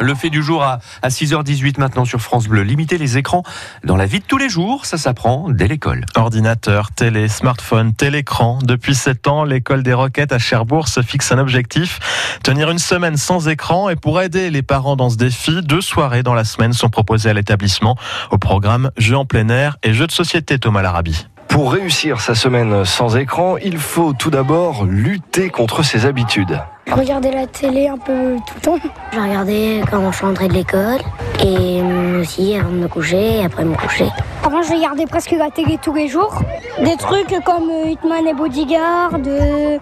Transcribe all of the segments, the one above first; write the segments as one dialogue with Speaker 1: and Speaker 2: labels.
Speaker 1: Le fait du jour à, à 6h18 maintenant sur France Bleu. Limiter les écrans dans la vie de tous les jours, ça s'apprend dès l'école.
Speaker 2: Ordinateur, télé, smartphone, télécran. Depuis 7 ans, l'école des roquettes à Cherbourg se fixe un objectif, tenir une semaine sans écran. Et pour aider les parents dans ce défi, deux soirées dans la semaine sont proposées à l'établissement au programme Jeux en plein air et Jeux de société Thomas Larabi.
Speaker 3: Pour réussir sa semaine sans écran, il faut tout d'abord lutter contre ses habitudes.
Speaker 4: Regarder la télé un peu tout le temps.
Speaker 5: Je regardais quand je suis rentrée de l'école et euh, aussi avant de me coucher et après me coucher.
Speaker 4: Avant, je regardais presque la télé tous les jours. Des trucs comme euh, Hitman et Bodyguard, euh,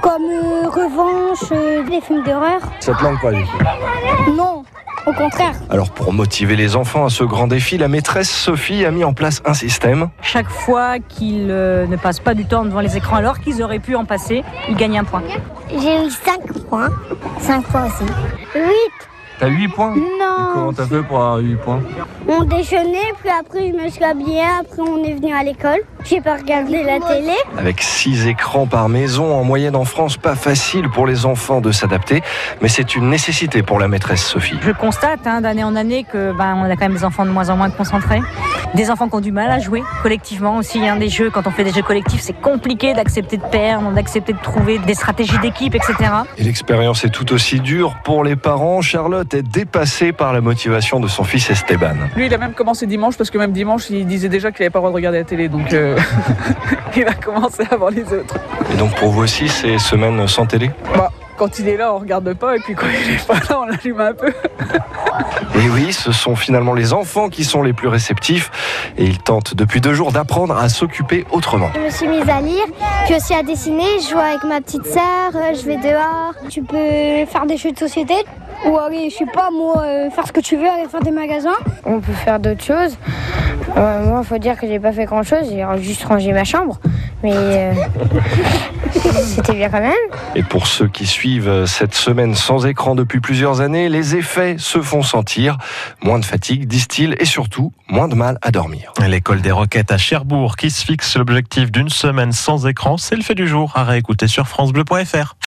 Speaker 4: comme euh, Revanche, euh, des films d'horreur.
Speaker 3: Ça te manque pas du coup
Speaker 4: Non, au contraire.
Speaker 3: Alors pour motiver les enfants à ce grand défi, la maîtresse Sophie a mis en place un système.
Speaker 6: Chaque fois qu'ils euh, ne passent pas du temps devant les écrans alors qu'ils auraient pu en passer, ils gagnent un point.
Speaker 5: J'ai eu 5 points. 5 points aussi.
Speaker 4: 8
Speaker 3: T'as 8 points
Speaker 4: Non
Speaker 3: t'as fait pour avoir 8 points
Speaker 4: On déjeunait, puis après, je me suis habillée, après, on est venu à l'école. J'ai pas regardé la télé.
Speaker 3: Avec 6 écrans par maison en moyenne en France, pas facile pour les enfants de s'adapter, mais c'est une nécessité pour la maîtresse Sophie.
Speaker 6: Je constate hein, d'année en année que ben, on a quand même des enfants de moins en moins concentrés, des enfants qui ont du mal à jouer collectivement aussi. Hein, des jeux, quand on fait des jeux collectifs, c'est compliqué d'accepter de perdre, d'accepter de trouver des stratégies d'équipe, etc.
Speaker 3: Et l'expérience est tout aussi dure pour les parents. Charlotte est dépassée par la motivation de son fils Esteban.
Speaker 7: Lui, il a même commencé dimanche parce que même dimanche, il disait déjà qu'il n'avait pas le droit de regarder la télé. Donc, euh, il a commencé avant les autres.
Speaker 3: Et donc pour vous aussi, c'est semaine sans télé
Speaker 7: Bah, quand il est là, on regarde pas. Et puis quand il est pas là, on l'allume un peu.
Speaker 3: Et oui, ce sont finalement les enfants qui sont les plus réceptifs et ils tentent depuis deux jours d'apprendre à s'occuper autrement.
Speaker 4: Je me suis mise à lire, puis aussi à dessiner. Je joue avec ma petite sœur, euh, je vais dehors. Tu peux faire des jeux de société ou aller, je sais pas moi, euh, faire ce que tu veux, aller faire des magasins.
Speaker 8: On peut faire d'autres choses. Euh, moi, faut dire que j'ai pas fait grand chose. J'ai juste rangé ma chambre. Mais euh, c'était bien quand même.
Speaker 3: Et pour ceux qui suivent cette semaine sans écran depuis plusieurs années, les effets se font sentir. Moins de fatigue, disent-ils, et surtout moins de mal à dormir.
Speaker 2: L'école des roquettes à Cherbourg qui se fixe l'objectif d'une semaine sans écran, c'est le fait du jour à réécouter sur FranceBleu.fr.